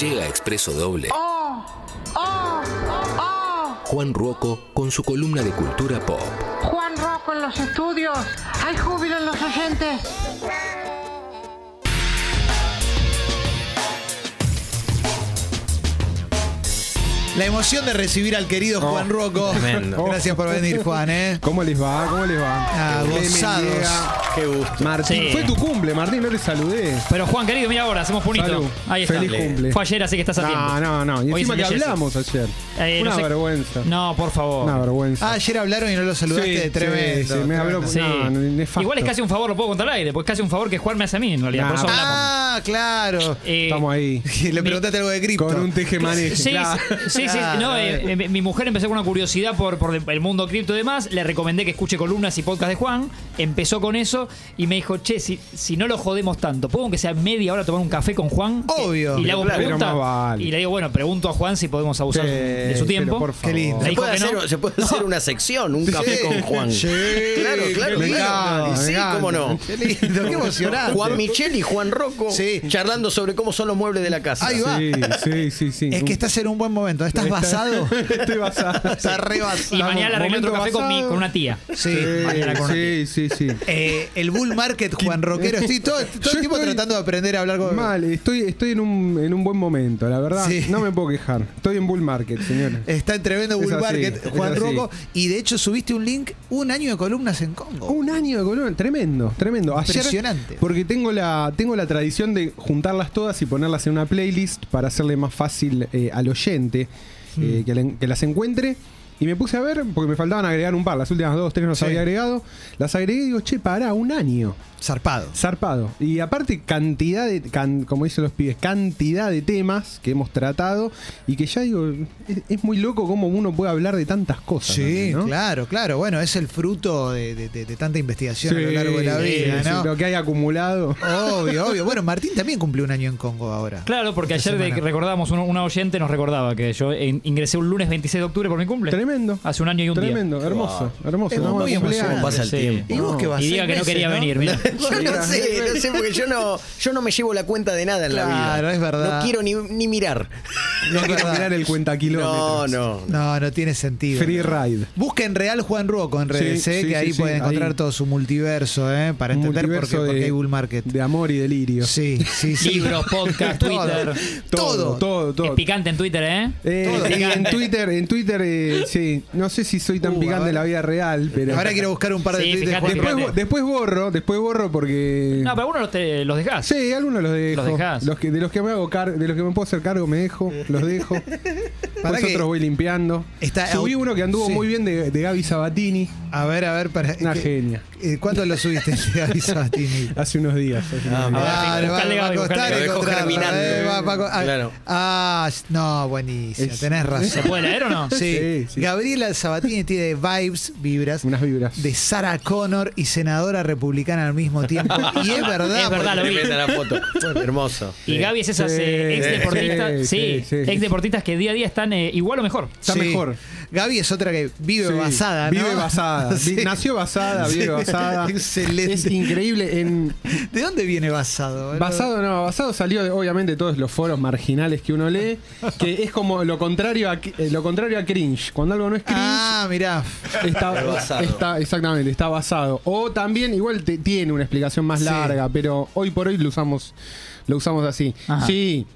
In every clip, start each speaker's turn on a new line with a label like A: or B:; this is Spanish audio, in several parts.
A: Llega Expreso Doble.
B: ¡Oh! ¡Oh! ¡Oh!
A: Juan Ruoco con su columna de cultura pop.
B: Juan Rocco en los estudios. ¡Hay júbilo en los agentes!
C: La emoción de recibir al querido Juan Rocco.
D: tremendo.
C: Gracias por venir, Juan, ¿eh?
D: ¿Cómo les va? ¿Cómo les va?
C: Ah,
D: Clemen
C: gozados.
D: llega. Martín,
E: Sí.
D: fue tu cumple, Martín, no te saludé.
E: Pero Juan, querido, mira ahora, hacemos punito.
D: Salud.
E: Ahí está.
D: Feliz cumple.
E: Fue ayer, así que estás a tiempo.
D: No, no, no. Y encima
E: Hoy es
D: que
E: el de Jesse.
D: hablamos ayer.
E: Eh,
D: Una
E: no sé-
D: vergüenza.
E: No, por favor.
D: Una vergüenza.
C: Ah, ayer hablaron y no lo saludaste.
D: Sí,
C: tremendo.
D: sí, sí, me habló-
C: tremendo.
E: Sí.
D: No, no, nefasto.
E: Igual es casi un favor, lo puedo contar al aire, porque es casi un favor que Juan me hace a mí, en realidad.
D: Nah.
E: por eso hablamos.
C: Ah, claro.
E: Eh,
D: Estamos ahí.
C: Le preguntaste algo de cripto.
D: Con un tejemaneje.
E: Sí,
D: Claro.
E: sí, sí,
C: Claro,
E: no, eh, eh, mi mujer empezó con una curiosidad por, por el mundo cripto y demás. Le recomendé que escuche columnas y podcast de Juan. Empezó con eso y me dijo, che, si, si no lo jodemos tanto, ¿puedo aunque sea media hora tomar un café con Juan?
C: Obvio.
E: Y le hago
D: Pero
E: preguntas.
D: más vale.
E: Y le digo, bueno, pregunto a Juan si podemos abusar
D: Sí,
E: de su tiempo.
D: pero por favor.
C: Qué lindo.
E: Le
F: Se
E: dijo
F: puede,
E: que no.
F: hacer, se puede hacer una sección, un café con Juan.
C: Sí.
F: Claro, claro,
C: Me
F: claro.
C: encanta,
F: sí,
C: me
F: cómo no.
C: encanta. Qué lindo, qué emocionante.
F: Juan Michel y Juan Rocco
C: Sí.
F: charlando sobre cómo son los muebles de la casa.
C: Ahí va.
D: Sí, sí, sí, sí.
C: Es que estás en un buen momento. ¿Estás basado?
D: Estoy basado.
C: Estás re basado.
E: Y mañana arreglé otro café
D: Momento
E: con, mi-
D: basado.
E: con una tía.
C: Sí.
E: mañana con
D: Sí, sí, sí.
C: Eh, el bull market, Juan Roquero. Estoy todo, todo
D: Yo
C: el tiempo
D: estoy-
C: tratando de aprender a hablar con.
D: Mal, estoy, estoy en, un, en un buen momento, la verdad.
C: Sí.
D: No me puedo quejar. Estoy en bull market, señores.
C: Está en tremendo
D: Es
C: bull
D: así,
C: market,
D: es
C: Juan
D: así.
C: Rocco. Y de hecho subiste un link, un año de columnas en Congo.
D: Un año de columna, tremendo, tremendo. Ayer,
C: Impresionante.
D: Porque tengo la, tengo la tradición de juntarlas todas y ponerlas en una playlist para hacerle más fácil eh, al oyente eh,
C: Hmm.
D: que, la- que las encuentre. Y me puse a ver, porque me faltaban agregar un par, las últimas dos, tres no las
C: Sí.
D: había agregado. Las agregué y digo, che, pará, un año.
C: Zarpado.
D: Zarpado. Y aparte, cantidad de, can- como dicen los pibes, cantidad de temas que hemos tratado y que ya digo, es, es muy loco cómo uno puede hablar de tantas cosas.
C: Sí,
D: también, ¿no?
C: claro, claro. Bueno, es el fruto de, de- de- de tanta investigación a lo
D: Sí,
C: largo de la
D: sí,
C: vida,
D: sí,
C: ¿no?
D: Lo que hay acumulado.
C: Obvio, obvio. Bueno, Martín también cumplió un año en Congo ahora.
E: Claro, porque
C: Esta
E: ayer de-
C: semana.
E: recordábamos, un- una oyente nos recordaba que yo eh, ingresé un lunes 26 de octubre por mi cumple.
D: Tremendo.
E: Hace un año y un día.
D: Tremendo, hermoso, hermoso.
C: Es
D: Estamos
C: muy
D: de cumpleaños.
C: emocionante.
F: Pasa el
E: Sí.
F: tiempo.
C: ¿Y vos qué vas
E: Y
C: seis
E: diga que no
C: meses,
E: quería venir, mira.
F: Yo no sé, no sé, porque yo no, yo no me llevo la cuenta de nada en la vida.
C: Claro, es verdad.
F: No quiero ni, ni mirar.
D: No
C: Es
D: quiero
C: verdad.
D: mirar el cuenta
F: No,
D: kilómetros.
F: no.
C: No, no tiene sentido.
D: Free ride.
C: Busquen Real Juan Ruoco en redes,
D: Sí,
C: eh,
D: sí,
C: que ahí
D: sí, sí,
C: pueden encontrar
D: ahí.
C: todo su multiverso, eh, para
D: Un
C: entender por qué,
D: multiverso
C: por qué
D: de-
C: hay bull market.
D: De amor y delirio.
C: Sí, sí, sí.
E: Libros, podcast,
C: Todo,
E: Twitter.
C: Todo.
D: Todo, todo, todo.
E: Es picante en Twitter, ¿eh?
D: Eh,
E: Es
D: y en
E: picante.
D: Twitter, en Twitter, eh, sí. No sé si soy tan
C: Uh,
D: picante
C: ahora-
D: en la vida real, pero.
C: Ahora quiero buscar un par de
E: Sí,
C: tweets de
E: fíjate,
C: Juan
D: después,
C: Rocco.
D: bo- después borro, después borro porque.
E: No, pero uno los, te- los dejás.
D: Sí, algunos los dejo.
E: Los dejás.
D: que, de los que me hago car- de los que me puedo hacer cargo me dejo, los dejo.
C: Para
D: Después
C: que-
D: otros voy limpiando.
C: Está
D: Subí
C: out-
D: uno que anduvo
C: sí.
D: muy bien de, de Gaby Sabatini
C: A ver, a ver, para.
D: Una
C: que-
D: genia.
C: eh, ¿Cuándo lo subiste? Te aviso a ti, Nico.
D: hace unos días. Hace
C: Ah,
D: unos días.
E: Buscale,
C: va,
E: buscale,
C: va a
E: Gaby,
C: costar
E: buscale.
F: Lo dejó
C: encontrarlo,
F: germinando.
C: eh, va, va, ah,
F: Claro.
C: Ah, no, buenísimo.
D: Es-
C: tenés razón.
E: ¿Se puede leer o no?
C: Sí.
D: Sí, sí.
C: Gabriela Sabatini tiene vibes, vibras,
D: Unas vibras.
C: de Sarah Connor y senadora republicana al mismo tiempo. Y es verdad.
E: Es
C: porque-
E: verdad, lo vi.
F: Tremenda la foto. Hermoso.
E: Y Gaby es esas
D: Sí,
E: eh, ex
D: sí,
E: deportistas. Sí,
D: sí, sí, sí.
E: ex deportistas que día a día están eh, igual o mejor.
D: Está
C: Sí.
D: mejor.
C: Gaby es otra que vive
D: Sí,
C: basada, ¿no?
D: Vive basada. Vi-
C: Sí.
D: Nació basada,
C: Sí.
D: vive basada.
C: Excelente.
D: Es increíble. En,
C: ¿De dónde viene basado? boludo?
D: basado no, basado salió de, obviamente de todos los foros marginales que uno lee, que es como lo contrario a, eh, lo contrario a cringe. Cuando algo no es cringe,
C: Ah, mirá.
D: está,
F: Es basado.
D: está- exactamente, está basado. O también, igual te- tiene una explicación más
C: Sí.
D: larga, pero hoy por hoy lo usamos, lo usamos así.
E: Ajá.
D: Sí,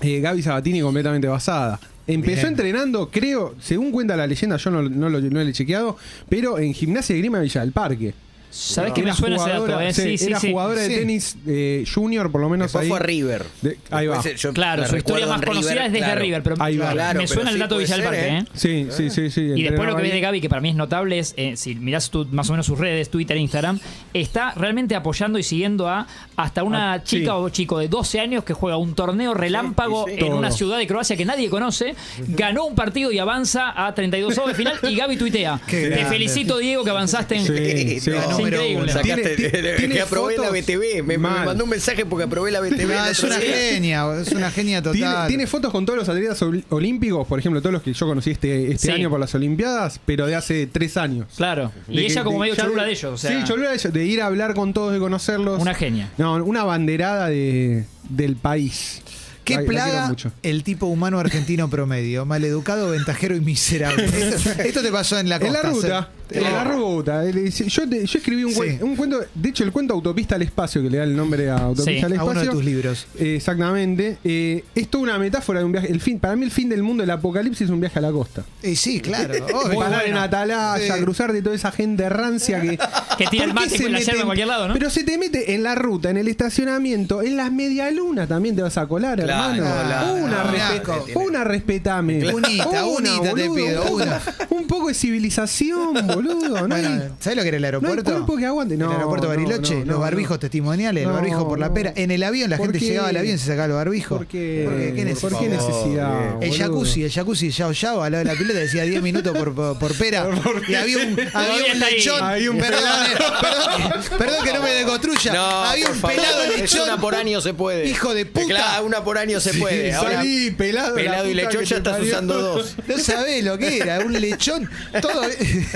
D: eh, Gaby Sabatini completamente basada. Empezó
C: Bien.
D: entrenando, creo, según cuenta la leyenda, yo no, no lo no le he chequeado, pero en Gimnasia de Grima Villa del Parque.
E: ¿Sabés
D: No.
E: que me
D: Era
E: suena ese dato?
D: jugadora-
E: eh?
D: sí,
E: Sí, sí,
D: era
E: sí.
D: jugadora de
C: Sí.
D: tenis eh, junior, por lo menos
F: Después
D: ahí.
F: fue a River.
D: De- ahí va.
F: Después, yo
E: Claro,
F: la
E: su historia
F: recuerdo
E: más
F: en
E: conocida es desde
F: claro.
E: River, pero
D: Ahí va.
F: Claro,
E: me
F: pero
E: suena
F: sí
E: el dato de Villa
F: puede
E: del
F: ser,
E: Parque,
F: ¿eh?
E: ¿eh?
D: Sí, sí, sí, sí.
E: Y después
D: entrenaba
E: lo que ves de
D: ahí.
E: Gaby, que para mí es notable, es, eh, si mirás tú más o menos sus redes, Twitter, Instagram, está realmente apoyando y siguiendo a hasta una
D: Ah, sí.
E: chica o chico de 12 años que juega un torneo relámpago en
D: Todo.
E: una ciudad de Croacia que nadie conoce, ganó un partido y avanza a 32 avos de final y Gaby tuitea.
C: Qué
E: Te
C: grande".
E: felicito, Diego, que avanzaste en...
D: Sí, sí.
E: Es
C: número uno.
E: increíble.
F: Eh, Sacaste,
D: Tiene- ti- tiene
F: que aprobé la
D: fotos
F: BTV. Me, me
D: mal.
F: mandó un mensaje porque aprobé la BTV.
C: Ah,
F: el
C: es
F: otro
C: una
F: día.
C: genia, es una genia total.
D: Tiene, tiene fotos con todos los atletas ol- olímpicos, por ejemplo, todos los que yo conocí este, este
E: Sí.
D: año por las Olimpiadas, pero de hace tres años.
E: Claro. Y
D: De
E: ella
D: que-
E: como medio
D: ya
E: cholula de ellos. O sea,
D: sí, cholula de ellos, de ir a hablar con todos, de conocerlos.
E: Una genia.
D: No, una banderada de, del país.
C: ¿Qué
D: La- la quiero
C: plaga
D: mucho.
C: el tipo humano argentino promedio? Maleducado, ventajero y miserable. Esto, esto te pasó en la
D: En
C: costa.
D: la ruta,
C: se-
D: en la ruta. Él dice, Yo, te- yo escribí un,
C: Sí.
D: cuen- un cuento, de hecho el cuento Autopista al Espacio, que le da el nombre a Autopista
E: Sí,
D: al
C: a
D: Espacio.
C: uno de tus libros.
D: Eh, Exactamente. Eh, es toda una metáfora de un viaje. El fin, para mí el fin del mundo, el apocalipsis es un viaje a la costa.
C: Y sí, claro. obvio.
D: Parar en Atalaya,
C: Sí.
D: cruzar de toda esa gente rancia que...
E: Que tira el
D: ¿Por qué
E: mate
D: se
E: con la yerba
D: mete
E: en cualquier lado, ¿no?
D: Pero se te mete en la ruta, en el estacionamiento, en las medialunas también te vas a colar,
F: Claro,
D: hermano.
F: claro,
D: una,
C: no,
D: respe- eh,
C: no,
F: tiene-
D: una respetame.
C: Unita, unita te pido, una.
D: Un poco de civilización, boludo. No hay-
C: Bueno, ¿Sabes lo que era el
D: no hay
C: aeropuerto?
D: cuerpo que aguante. No,
C: el aeropuerto
D: no,
C: Bariloche,
D: no, no,
C: los barbijos
D: no.
C: testimoniales,
D: No,
C: el barbijo por la
D: no.
C: pera. En el avión la
D: ¿Por
C: gente
D: qué?
C: llegaba al avión y se sacaba los barbijos.
D: ¿Por qué?
C: ¿Por qué? ¿Qué
D: ¿Por
C: necesidad?
D: qué necesidad?
C: El
D: boludo?
C: jacuzzi, el jacuzzi de Yao Yao al lado de la pileta decía 10 minutos por, por, por pera. Y había un, había un
E: está ahí.
C: lechón.
D: Había un
C: perdón, eh, perdón, perdón que no me deconstruya.
F: No,
C: había
F: por
C: un
F: favor,
C: pelado
F: es
C: lechón.
F: Una por año se puede.
C: Hijo de puta.
F: Claro, una por año se puede. Ahora,
D: salí, pelado, la
F: pelado y
D: puta
F: lechón
D: que
F: ya
D: te
F: estás
D: parió.
F: usando dos.
C: No sabés lo que era, un lechón. Todo. eh,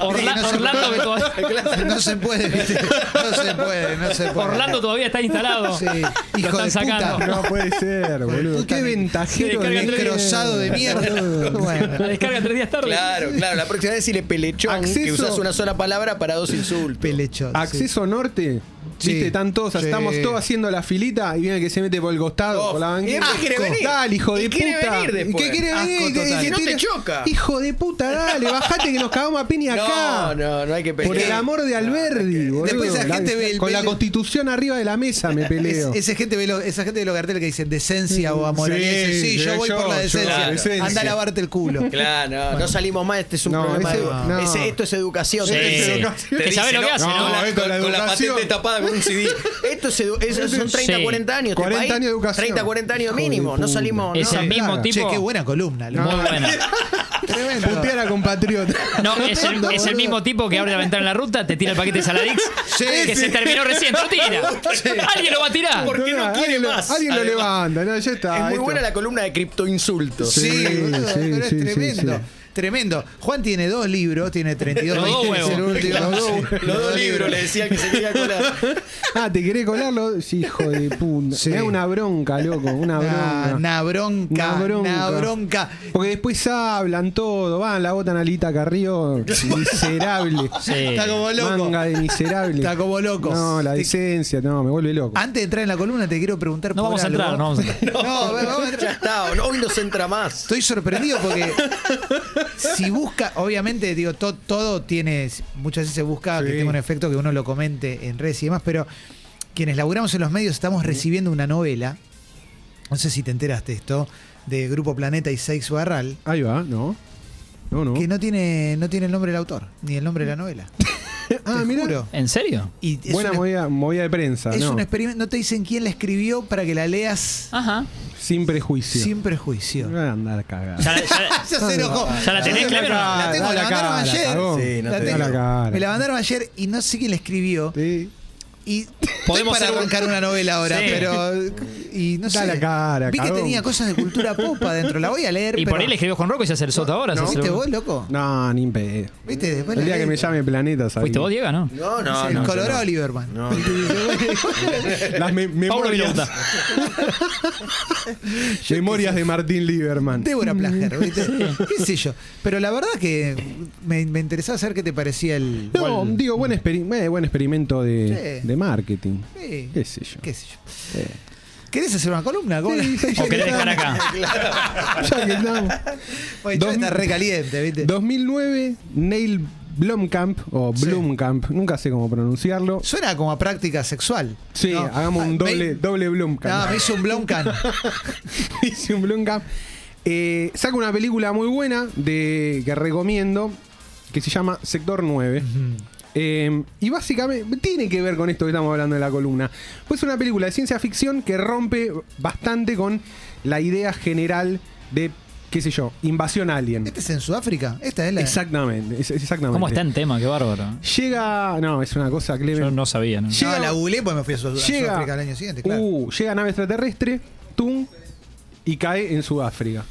E: Orla-
C: No se-
E: Orlando, que todavía-
C: No se puede, ¿viste? no se puede, no se puede.
E: Orlando todavía está instalado.
C: Sí,
E: Lo
C: hijo
E: están
C: de
E: sacando.
C: puta.
D: No puede ser, boludo.
C: puta
D: Qué
C: que-
D: ventajero.
E: Se descarga
D: de-
E: tres-
C: Engrosado de mierda. Bueno.
E: La descarga tres días tarde.
F: Claro, claro. La próxima vez si le pelechón, que
D: Acceso-
F: usas una sola palabra para dos insultos.
C: Pelechón. sí.
D: Acceso norte.
C: Sí.
D: Viste, están todos,
C: Sí.
D: estamos todos haciendo la filita y viene el que se mete por el costado,
F: Oh,
D: por la
F: y
D: banqueta.
F: después quiere venir.
D: Dale, hijo
F: Y
D: de
F: quiere
D: puta.
F: venir después.
D: ¿Qué quiere
C: Asco
D: venir?
C: total.
D: Que
F: No te
D: tira-
F: choca.
D: Hijo de puta, dale, bajate que nos cagamos a piña acá.
F: No, no, no hay que pelear.
D: Por el amor de Alberdi, boludo.
C: Después esa
D: La-
C: gente ve el
D: Con la
C: pele-
D: constitución arriba de la mesa me peleo.
C: Es- esa, gente ve lo- esa gente de los carteles que dicen decencia o amoralidad.
D: Sí,
C: dicen, sí, yo
D: yo-
C: voy por la
D: yo,
C: decencia.
F: la
D: decencia.
C: Anda a lavarte el culo.
F: Claro, no, no salimos más, este es un
D: No,
F: problema
D: ese-
F: de-
D: no.
F: ese- esto es educación.
E: Sí.
F: te dicen.
D: educación.
F: Te
E: Que
F: dicen,
E: sabe lo que hace,
D: no,
E: ¿no?
D: no, esto es la educación.
F: patente tapada con un CD. Esto es edu- es- son 30,
E: Sí.
F: 40 años. este
D: 40
F: país,
D: años de educación.
F: 30, 40 años
D: Hijo de
F: mínimo. No
D: puta.
F: salimos.
E: Es
F: no.
E: el mismo
D: claro.
E: tipo.
C: Che, qué buena columna. lo-
E: Muy buena.
C: Tremendo.
D: Putear a compatriota.
E: No, es el, es el mismo tipo que abre la ventana en la ruta, te tira el paquete de Saladix, que se terminó recién, lo tira. Alguien lo va a tirar.
F: ¿Por qué no quiere
D: alguien lo-
F: más?
D: alguien lo
F: Además.
D: levanta, no, ya está.
F: Es muy
D: esto.
F: buena la columna de criptoinsultos.
C: Sí,
D: Sí,
C: boludo,
D: sí,
C: pero es
D: sí, sí,
C: tremendo.
D: sí.
C: Tremendo. Juan tiene dos libros, tiene 32
E: Los dos
C: revistas, el
E: huevos.
C: último. Los dos-
F: Los dos libros le decía que se quería colar.
D: Ah, ¿te querés colarlo? Sí, hijo de puta.
C: Sí.
D: Me da una bronca, loco. Una
C: Nah,
D: bronca.
C: Una bronca,
D: Una bronca.
C: una bronca.
D: Porque después hablan todo, van, la botan a Lita Carrillo, miserable.
E: Sí.
C: Está como loco.
D: Manga de miserable.
C: Está como loco.
D: No, la
C: Te- Ah,
D: decencia, no, me vuelve loco.
C: Antes de entrar en la columna te quiero preguntar
E: No
C: por
E: vamos a
C: algo.
E: entrar, no vamos a entrar.
C: No, vamos a
F: Ya
C: entrar.
F: está, no, hoy nos entra más.
C: Estoy sorprendido porque si busca, obviamente, digo, to- todo tiene, muchas veces se busca que
D: Sí.
C: tenga un efecto que uno lo comente en redes y demás, pero quienes laburamos en los medios estamos recibiendo una novela, no sé si te enteraste esto, de Grupo Planeta y Seix Barral,
D: Ahí va, no. No, no.
C: que no tiene, no tiene el nombre del autor, ni el nombre de la novela.
D: ah,
C: te
D: mirá.
C: juro.
E: ¿En serio?
C: Y es
D: Buena
C: una-
D: movida, movida de prensa,
C: Es
D: no.
C: un experimento, no te dicen quién la escribió para que la leas
E: Ajá.
D: Sin prejuicio.
C: sin prejuicio.
D: Van a andar cagada.
E: Ya, la- ya-
C: Ya se enojó.
E: ¿Ya la tenés,
C: La,
E: Clemen, o
C: tengo,
E: no?
D: Ah,
C: la
D: la
C: mandaron
D: cara,
C: ayer.
D: cagón. Sí,
F: no
C: La
F: te-
C: tengo.
D: la cara.
C: Me la mandaron ayer y no sé quién la escribió.
D: Sí.
C: Y
E: Podemos
C: Podemos para
E: hacer un-
C: arrancar una novela ahora,
E: Sí.
C: pero. Y no
D: Da
C: sé.
D: la cara,
C: Vi que
D: cagón.
C: tenía cosas de cultura pop adentro. La voy a leer.
E: y
C: pero-
E: por ahí le escribió con Rocco y se hace el sota ahora. se hace
C: ¿Viste
E: el-
C: vos, loco?
D: No, ni en pedo.
C: ¿Viste? Después
D: El
C: la
D: día que
C: leí.
D: me llame Planeta, ¿sabes?
E: ¿Fuiste vos, Diego, no?
F: No, no,
C: El
F: no.
C: Colorado Lieberman.
D: Las me-
E: Pablo
D: memorias,
E: Vilauta.
D: memorias de Martín Lieberman.
C: Débora Plager, ¿viste? ¿Qué sé yo? Pero la verdad que me, me interesaba saber qué te parecía el.
D: No, digo, buen, experi- eh, buen experimento de,
C: Sí.
D: de marketing.
C: Sí.
D: Qué sé yo.
C: ¿Qué sé yo? ¿Querés hacer una columna? ¿Cómo la-
E: ¿O querés dejar acá?
D: Ya que estamos.
C: Oye, yo
D: Dos-
C: está recaliente, ¿viste?
D: 2009, Neil Blomkamp, o
C: Sí.
D: Blomkamp, nunca sé cómo pronunciarlo.
C: Suena como a práctica sexual.
D: Sí,
C: ¿no?
D: hagamos un
C: Ah,
D: doble,
C: me-
D: doble
C: No,
D: Blomkamp.
C: me hizo un Blomkamp.
D: Hice un Blomkamp. Eh, saca una película muy buena de, que recomiendo, que se llama Sector 9. Eh, y básicamente tiene que ver con esto que estamos hablando de la columna. Pues es una película de ciencia ficción que rompe bastante con la idea general de, qué sé yo, invasión alien.
C: ¿Este es en Sudáfrica? Esta es la.
D: Exactamente, es- exactamente.
E: ¿Cómo está en tema? Qué bárbaro.
D: Llega. No, es una cosa, Clemen.
E: Yo no sabía, ¿no?
C: No, la googleé porque me fui a, Sud- a
D: Llega.
C: Sudáfrica el año siguiente, claro.
D: Uh, llega nave extraterrestre, tum, y cae en Sudáfrica.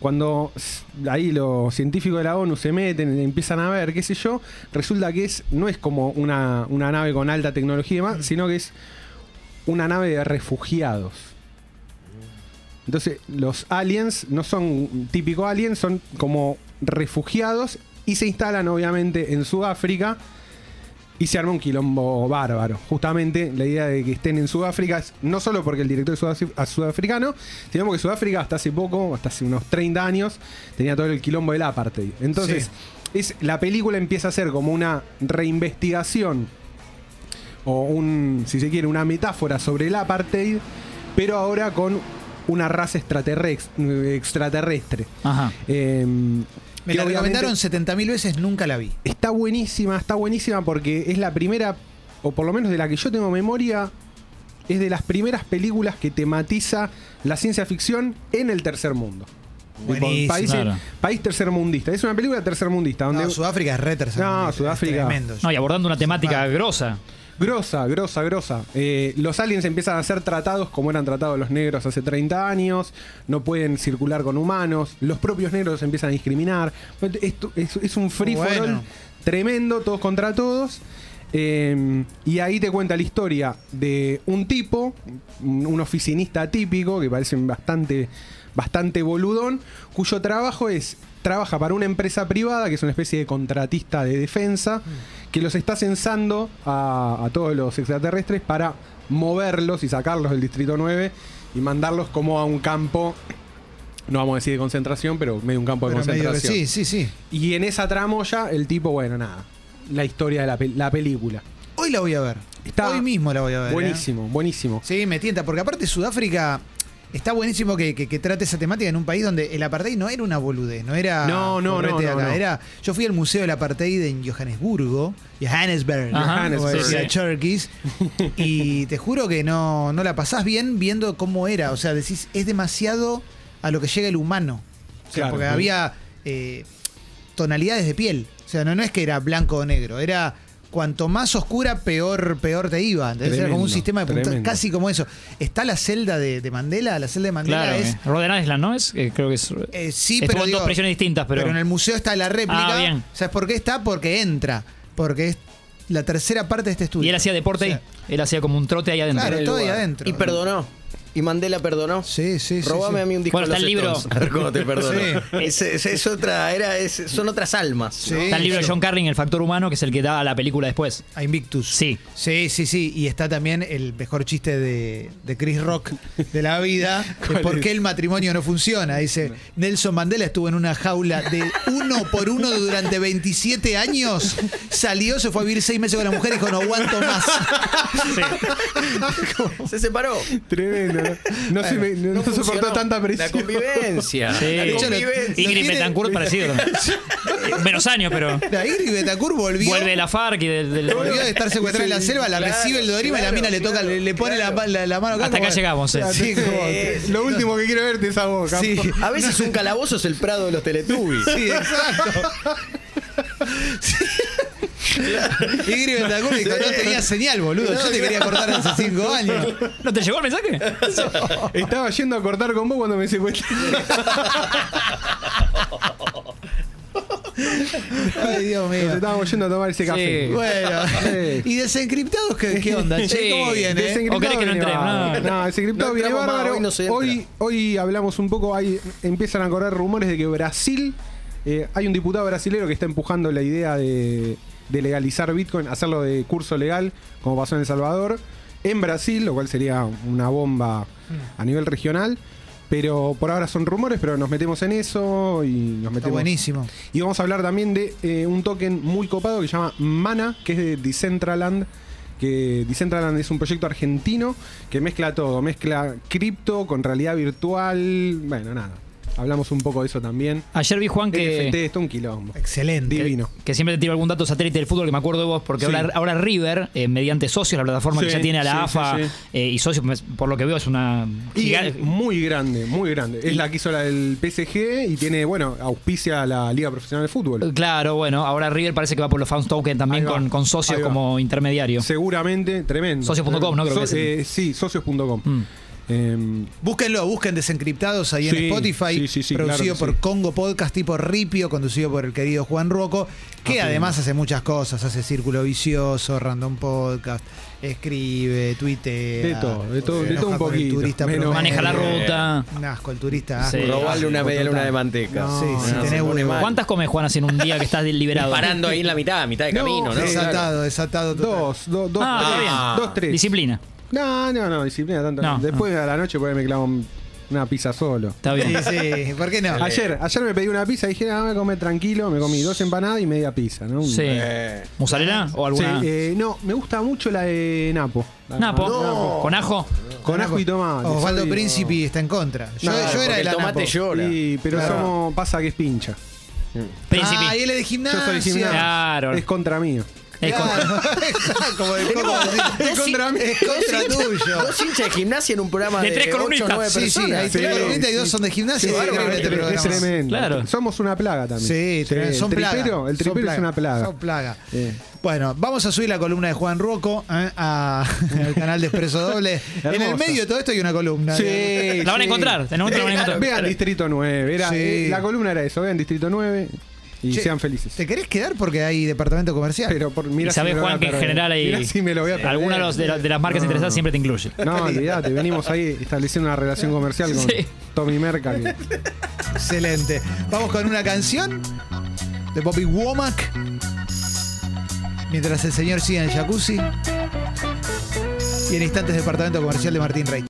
D: Cuando s- ahí los científicos de la ONU se meten, empiezan a ver, qué sé yo, resulta que es no es como una, una
C: Mm.
D: nave con alta tecnología y demás, sino que es una nave de refugiados. Entonces, los aliens no son típicos aliens, son como refugiados y se instalan obviamente en Sudáfrica y se arma un quilombo bárbaro. Justamente la idea de que estén en Sudáfrica es no solo porque el director es sudaf- a- sudafricano, sino porque Sudáfrica hasta hace poco, hasta hace unos 30 años, tenía todo el quilombo del apartheid. Entonces, es, la película empieza a ser como una reinvestigación o un, si se quiere, una metáfora sobre el apartheid, pero ahora con una raza extraterrex- extraterrestre.
E: Ajá.
D: Eh,
C: Me
D: que
C: la
D: obviamente-
C: recomendaron 70.000 veces, nunca la vi.
D: Está buenísima, está buenísima porque es la primera, o por lo menos de la que yo tengo memoria, es de las primeras películas que tematiza la ciencia ficción en el tercer mundo. Tipo,
C: Buenísimo.
D: país,
E: Claro.
D: país tercermundista. Es una película tercermundista. Donde
C: No, Sudáfrica es re tercer
D: No,
C: mundo, es
D: Sudáfrica.
C: Tremendo.
E: No, y abordando una
C: Ah.
E: temática grosa.
D: Grosa, grosa, grosa. Eh, los aliens empiezan a ser tratados como eran tratados los negros hace 30 años, no pueden circular con humanos, los propios negros los empiezan a discriminar. Esto es, es un free for
C: Bueno.
D: all tremendo, todos contra todos. Eh, y ahí te cuenta la historia de un tipo, un un oficinista típico, que parece bastante, bastante boludón, cuyo trabajo es, trabaja para una empresa privada, que es una especie de contratista de defensa, que los está censando a, a todos los extraterrestres para moverlos y sacarlos del Distrito 9 y mandarlos como a un campo, no vamos a decir de concentración, pero medio un campo de
C: Pero medio que
D: concentración.
C: sí, sí, sí.
D: Y en esa tramoya, el tipo, bueno, nada. La historia de la, pe- la película.
C: Hoy la voy a ver.
D: Está
C: Hoy mismo la voy a ver. ¿eh?
D: Buenísimo, buenísimo.
C: Sí, me tienta, porque aparte Sudáfrica está buenísimo que, que- que trate esa temática en un país donde el apartheid no era una boludez, no era.
D: No, no,
C: correte
D: no,
C: de
D: no, no.
C: Era, yo fui al Museo del Apartheid en Johannesburgo, Johannesburg,
E: Ajá,
C: como
D: sí,
C: decía
E: sí.
C: Cherkis, y te juro que no, no la pasás bien viendo cómo era. O sea, decís, es demasiado a lo que llega el humano. O sea,
D: Claro.
C: porque había eh, tonalidades de piel. O sea, no, no es que era blanco o negro, era. Cuanto más oscura, peor, peor te iba. ¿entendés? era como un
D: Tremendo,
C: sistema de punta-
D: tremendo.
C: casi como eso. Está la celda de, de Mandela, la celda de Mandela
E: Claro.
D: eh.
C: es.
E: que- Rhode Island, ¿no? Es, Eh, creo que es.
C: eh, sí,
E: Estuvo
C: pero.
E: en
C: digo,
E: dos presiones distintas, pero.
C: en el museo está la réplica.
E: Ah, bien.
C: ¿Sabes por qué está? Porque entra. Porque es la tercera parte de este estudio.
E: Y él hacía deporte
C: O sea,
E: ahí. Él hacía como un trote ahí adentro.
C: Claro,
F: el
C: todo ahí
F: lugar.
C: adentro.
F: Y perdonó. Y Mandela perdonó.
C: Sí, sí, sí.
F: Robame
C: sí.
F: a mí un disco.
E: Bueno,
F: de
E: está
F: los
E: el libro.
F: Stones. A ver cómo te perdono.
C: Sí.
F: Es, es- es otra, era, es- son otras almas.
C: Sí.
E: Está el libro de John Carlin, El Factor Humano, que es el que da a la película después.
C: A Invictus.
E: Sí.
C: Sí, sí, sí. Y está también el mejor chiste de, de Chris Rock de la vida, de por qué el matrimonio no funciona. Dice, Nelson Mandela estuvo en una jaula de uno por uno durante 27 años, salió, se fue a vivir seis meses con la mujer y dijo, no aguanto más.
F: ¿no? Se separó.
D: Tremendo. No, se, me- no- no
F: funcionó.
D: soportó tanta
F: La
D: presión.
F: convivencia.
E: Sí.
F: La
E: De hecho,
C: lo-
F: convivencia.
E: Ingrid
C: tiene-
E: Betancourt parecido también. Eh, Menos años, pero.
C: La Ingrid Betancourt volvió.
E: Vuelve de la FARC y del. del-
C: volvió de estar secuestrada en la
D: Sí,
C: selva, la
F: claro,
C: recibe el Dorima y la
F: claro,
C: mina le toca,
F: claro,
C: le, le pone la-
F: claro.
C: la, la mano acá.
E: Hasta acá
C: como-
E: llegamos, eh.
C: Sí, como-
F: Sí,
D: Lo último que quiero verte es a vos, capo.
C: sí.
F: A veces un calabozo es el prado de los Teletubbies.
C: Sí, exacto. Sí. Ingrid Betancourt dijo, no tenía señal, boludo. Yo te quería cortar hace cinco años.
E: ¿No te llegó el mensaje?
D: Estaba yendo a cortar con vos cuando me secuestraron.
C: Ay, Dios
D: Nos
C: mío.
D: estábamos yendo a tomar ese café.
E: Sí.
C: Bueno.
D: Sí.
C: ¿Y desencriptados qué, qué onda? Che,
E: Sí.
C: ¿cómo viene? eh?
E: ¿O querés que
D: viene
E: no entremos?
D: bárbaro.
E: No.
D: No, ese criptado
F: No
D: viene
F: entramos más,
D: bárbaro.
F: hoy no se entra.
D: Hoy, hoy hablamos un poco, ahí empiezan a correr rumores de que Brasil, eh, hay un diputado brasilero que está empujando la idea de, de legalizar Bitcoin, hacerlo de curso legal, como pasó en El Salvador, en Brasil, lo cual sería una bomba a nivel regional. Pero por ahora son rumores, pero nos metemos en eso y nos
C: Está
D: metemos
C: buenísimo.
D: y vamos a hablar también de eh, un token muy copado que se llama Mana, que es de Decentraland. Que Decentraland es un proyecto argentino que mezcla todo, mezcla cripto con realidad virtual. Bueno, nada. Hablamos un poco de eso también.
E: Ayer vi Juan que. Eh,
D: NFT está un quilombo.
C: Excelente.
D: Divino.
E: que siempre te tiro algún dato satélite del fútbol que me acuerdo de vos, porque
D: Sí.
E: ahora, ahora River, eh, mediante socios, la plataforma que
D: Sí,
E: ya tiene a la
D: sí,
E: AFA
D: sí, sí.
E: eh, y socios, pues, por lo que veo es una
D: Y
E: giga-
D: es muy grande, muy grande. Es
E: Y-
D: la que hizo la del PSG y tiene, bueno, auspicia a la Liga Profesional de Fútbol.
E: Claro, bueno, ahora River parece que va por los fans token también
D: Ahí va,
E: con, con socios
D: ahí va.
E: como intermediario.
D: Seguramente, tremendo.
E: Socios punto com, ¿no? Creo que es el-
D: eh, sí, socios.com.
E: Mm.
D: Em,
C: Búsquenlo, busquen Desencriptados ahí en
D: Sí,
C: Spotify,
D: sí, sí, sí,
C: producido
D: claro que
C: por
D: sí.
C: Congo Podcast tipo Ripio, conducido por el querido Juan Ruoco, que además hace muchas cosas, hace Círculo Vicioso, Random Podcast, escribe, tuitea.
D: De todo, de todo,
C: se
D: de
C: enoja
D: todo un
C: con el
D: poquito.
C: turista
D: Menos-
C: promedio.
E: Maneja la ruta.
C: Un asco, el turista. asco.
E: Sí.
F: Robarle una media luna de manteca.
C: No, sí, si
F: No,
C: tenés
F: se pone
C: huevo.
F: mal.
E: ¿Cuántas comes, Juan, así en un día que estás liberado?
F: Parando ahí en la mitad, a mitad de
D: No,
F: camino, ¿no? Claro.
C: Desatado, desatado. total.
D: dos, do- dos,
E: Ah,
D: tres,
E: está
F: bien.
D: dos, tres.
E: Disciplina.
D: No, no, no, disciplina tanto. no.
E: No,
D: Después a la noche por ahí me clavo una pizza solo.
E: Está
C: Sí,
E: bien.
C: sí, ¿por qué no?
D: Ayer, ayer me pedí una pizza y dije, ah, me comé tranquilo, me comí dos empanadas y media pizza, ¿no?
E: Sí.
F: Eh.
E: ¿Mozzarella o
D: Eh. Sí,
E: alguna?
D: eh, no, me gusta mucho la de Napo. La-
E: Napo.
D: Napo.
E: ¿Con ajo?
D: Con ajo y tomate.
C: Osvaldo
D: soy-
C: Príncipe está en contra. Yo,
F: Claro,
C: yo era
F: porque
C: el
F: el tomate
C: Anapo.
F: llora.
D: Y- pero
C: Claro.
D: somos, pasa que es pincha.
E: Príncipe.
C: Ah, y él es de gimnasia.
D: Yo soy gimnasio.
E: Claro.
D: Es contra mío.
E: Es con-
C: Claro. Como de cómo decir, es contra mí, es contra tuyo.
F: Dos hinchas de gimnasia en un programa
E: De
F: de,
E: tres
F: 8 o
E: columnistas.
F: 9
C: Sí, sí,
F: personas.
C: hay tres
D: Sí,
C: columnistas y dos
D: sí.
C: son de gimnasia.
D: Sí,
C: es
D: es,
C: increíble este
D: es
C: programa.
D: tremendo.
E: Claro.
D: Somos una plaga también.
C: Sí, tremendo. son
D: el
C: plaga.
D: tripero, el
C: Son
D: tripero es
C: plaga,
D: una plaga.
C: Son plaga.
D: Eh.
C: Bueno, vamos a subir la columna de Juan Rocco eh, a- al canal de Expreso Doble. en el
D: Hermoso.
C: medio de todo esto hay una columna.
D: Sí,
E: La van a
D: sí.
E: encontrar. En un momento la van a encontrar.
D: Eh, Vean Distrito 9. Era,
C: Sí.
D: eh, la columna era eso. Vean Distrito 9 y
C: Che,
D: sean felices.
C: ¿Te querés quedar porque hay departamento comercial?
D: Pero por, mira
E: Y sabes,
D: me lo voy a
E: Juan, que en
D: perder.
E: general hay.
D: Mirá si me lo voy a perder.
E: Alguna de, los- de la- de las marcas
D: No.
E: interesadas siempre te incluye.
D: No, olvídate. Venimos ahí estableciendo una relación comercial con
E: Sí.
D: Tommy Merca. que-
C: Excelente. Vamos con una canción de Bobby Womack. Mientras el señor sigue en el jacuzzi. Y en instantes departamento comercial de Martín Rey.